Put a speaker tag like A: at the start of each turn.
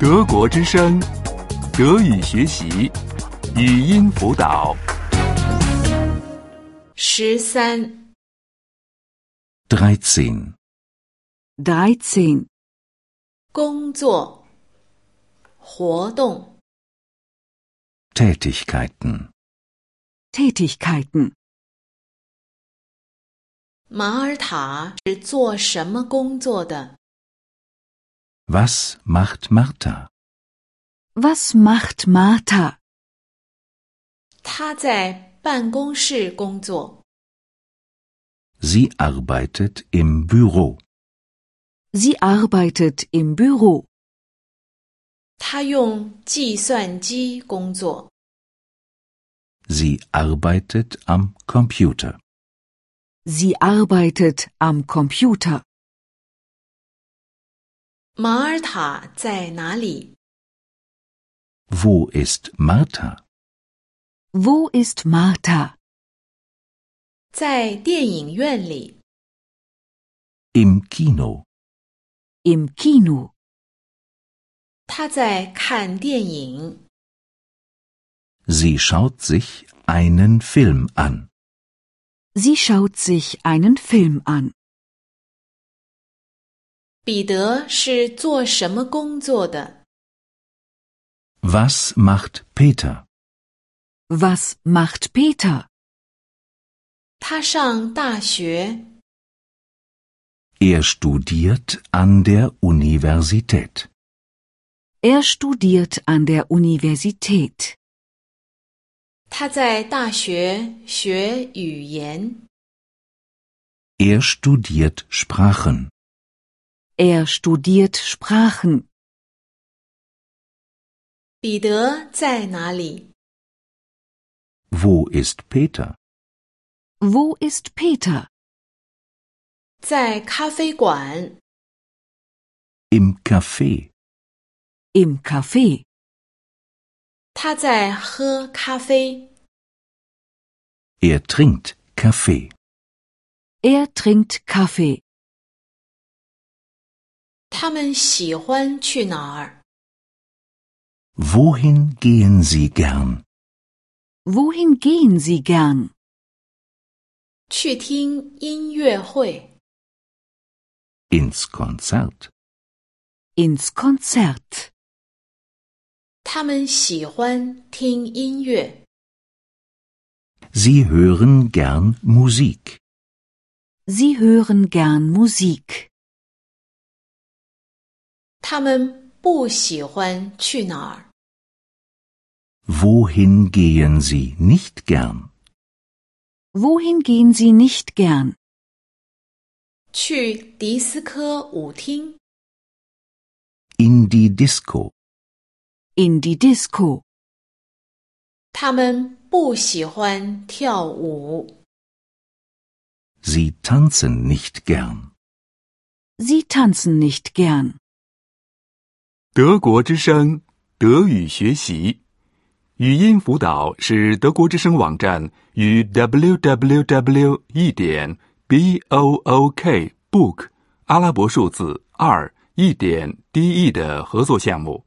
A: 德国之声，德语学习，语音辅导。
B: 十三，
C: 13.
D: 13.
B: 工作，活动，
C: Tätigkeiten.
D: Tätigkeiten.
B: 马尔塔是做什么工作的？
C: Was macht Martha?
D: Was macht Martha?
B: 他在办公室工作。
C: Sie arbeitet im Büro.
D: Sie arbeitet im Büro.
B: 他用计算机工作。
C: Sie arbeitet am Computer.
D: Sie arbeitet am Computer.
B: 马尔塔在哪里？
C: Wo ist Martha?
D: Wo ist Martha?
B: 在电影院里。
C: Im Kino.
D: Im Kino.
B: 他在看电影。
C: Sie schaut sich einen Film an.
D: Sie schaut sich einen Film an.
B: 彼得是做什么工作的？
C: Was macht Peter?
D: Was macht Peter?
B: 他上大学。
C: Er studiert an der Universität.
D: Er studiert an der Universität.
B: 他在大学学语言。
C: Er studiert Sprachen.
D: Er studiert Sprachen.
B: 彼得在哪里？
C: Wo ist Peter?
D: Wo ist Peter?
B: 在咖啡馆。
C: Im Café.
D: Im Café.
B: 他在喝咖啡。
C: Er trinkt Kaffee.
D: Er trinkt Kaffee.
B: 他们喜欢去哪儿？
C: Wohin gehen Sie gern?
D: Wohin gehen Sie gern?
B: 去听音乐会。
C: Ins Konzert.
D: Ins Konzert.
B: 他们喜欢听音乐。
C: Sie hören gern Musik.
D: Sie hören gern Musik.
B: 他们不喜欢去哪儿？
C: Wohin gehen Sie nicht gern?
D: Wohin gehen Sie nicht gern?
B: 去迪斯科舞厅。
C: In die Disco.
D: In die Disco.
B: 他们不喜欢跳舞。
C: Sie tanzen nicht gern.
D: Sie tanzen nicht gern.
A: 德国之声，德语学习，语音辅导是德国之声网站与 www. 一点 b o o k book 阿拉伯数字二一点 d e 的合作项目。